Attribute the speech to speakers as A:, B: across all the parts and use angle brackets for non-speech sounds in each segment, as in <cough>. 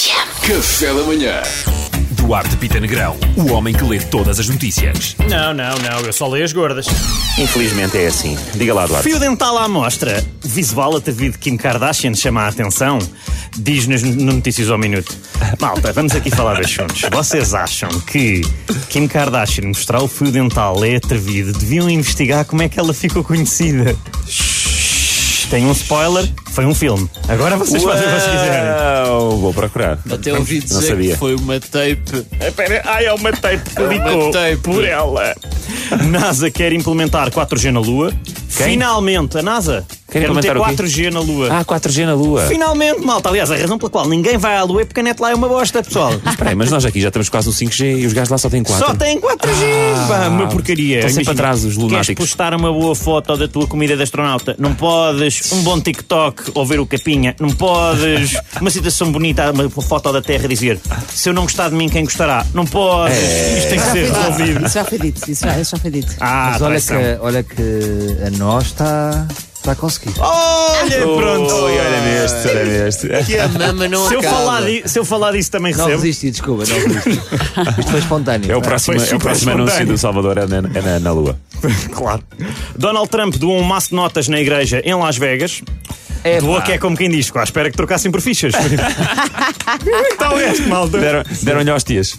A: Café da manhã.
B: Duarte Pita Negrão, o homem que lê todas as notícias.
C: Não, não, não, eu só leio as gordas.
D: Infelizmente é assim. Diga lá, Duarte.
C: Fio dental à mostra. Visual atrevido de Kim Kardashian chama a atenção. Diz-nos no Notícias ao Minuto. Malta, vamos aqui falar assuntos. Vocês acham que Kim Kardashian mostrar o fio dental é atrevido? Deviam investigar como é que ela ficou conhecida. Tem um spoiler, foi um filme. Agora vocês fazem o que vocês quiserem.
D: Uau, vou procurar.
E: Até ouvi
D: Não
E: dizer
D: sabia.
E: que foi uma tape.
C: Espera, ai, é uma tape que publicou
E: tape.
C: por ela. NASA quer implementar 4G na Lua. Finalmente, a NASA
D: Quer
C: quer meter
D: implementar o quê?
C: 4G na Lua.
D: Ah, 4G na Lua.
C: Finalmente, malta. Aliás, a razão pela qual ninguém vai à Lua é porque a net lá é uma
D: <laughs>
C: bosta, pessoal.
D: Espera aí, mas nós aqui já estamos quase no 5G e os gajos lá só têm 4.
C: Só tem 4G! Pá, uma porcaria.
D: então. Ah, estão sempre
C: Imagina,
D: atrás os lunáticos.
C: Queres postar uma boa foto da tua comida de astronauta? Não podes. Um bom TikTok ou ver o capinha? Não
D: <laughs>
C: podes. Uma citação bonita, uma foto da Terra dizer se eu não gostar de mim, quem gostará? Não podes.
D: É.
C: Isto tem que ser resolvido.
F: Isso já foi dito, isso já, isso já foi dito.
C: Ah,
G: Mas olha que,
C: traição.
G: olha que a nós está está a conseguir.
C: Olha, pronto. é?
D: Oi, olha neste, olha neste.
E: Que a mama não
C: se, eu
E: acaba.
C: falar di- se eu falar disso também
G: Não
C: recebo.
G: resisti, desculpa, não
C: <laughs>
G: resisti. Isto foi espontâneo.
D: É o próximo,
C: Foi
D: é o próximo
C: super
D: anúncio
C: espontâneo.
D: do Salvador é na, é na, na Lua.
C: <laughs> claro. Donald Trump doou um maço de notas na igreja em Las Vegas.
G: É
C: doou
G: pá.
C: que é como quem diz, à espera que trocassem por
G: <laughs>
C: fichas. <laughs> então é, malta.
D: Deram- Deram-lhe aos tias.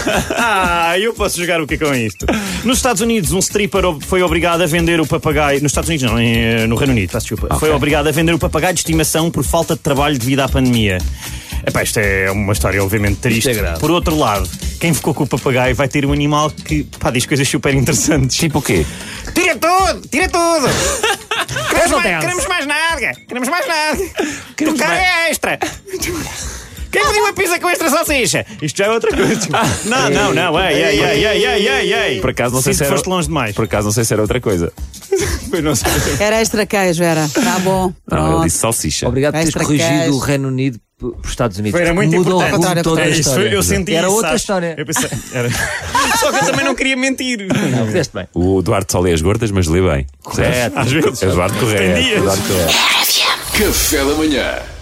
C: <laughs> Ah, eu posso jogar o que com isto? Nos Estados Unidos, um stripper ob- foi obrigado a vender o papagaio. Nos Estados Unidos, não, em- eh, no Reino Unido, peço desculpa. Foi obrigado a vender o papagaio de estimação por falta de trabalho devido à pandemia. Epá, isto é uma história obviamente triste.
G: é grave.
C: Por outro lado, quem ficou com o papagaio vai ter um animal que pá, diz coisas super interessantes.
D: Tipo o quê?
C: Tira tudo!
D: <laughs>
C: Tira tudo! queremos, mais, queremos mais nada! Queremos mais nada! Tocar é extra! Quem pediu uma pizza com extra salsicha? Isto já é outra coisa. não, não, não, ei, ei, ei, ei, ei, ei, ei.
D: Por acaso não sei
C: Sinto
D: se
C: que
D: era-
C: foste longe demais.
D: Por acaso não sei se era outra coisa.
F: Era extra queijo, era. Tá bom.
D: Não, ele
F: Pronto.
D: disse salsicha.
G: Obrigado por teres
F: Extra
G: corrigido
F: cash.
G: o Reino Unido p- por Estados Unidos.
C: Foi, era muito
G: Mudou
C: importante.
G: ao longo de toda a
C: É isso,
G: história.
C: foi- eu senti
G: Era
C: isso,
G: outra
C: sabes?
G: história.
C: Eu pensei, era.
D: <laughs>
C: Só que eu também não queria mentir.
G: Não, fizeste bem.
D: O Duarte só lê as gordas, mas lê bem. Correto.
C: Às vezes.
D: Eduardo
C: Tem
D: Correia.
C: dias.
D: Eduardo Correia.
A: Café da manhã.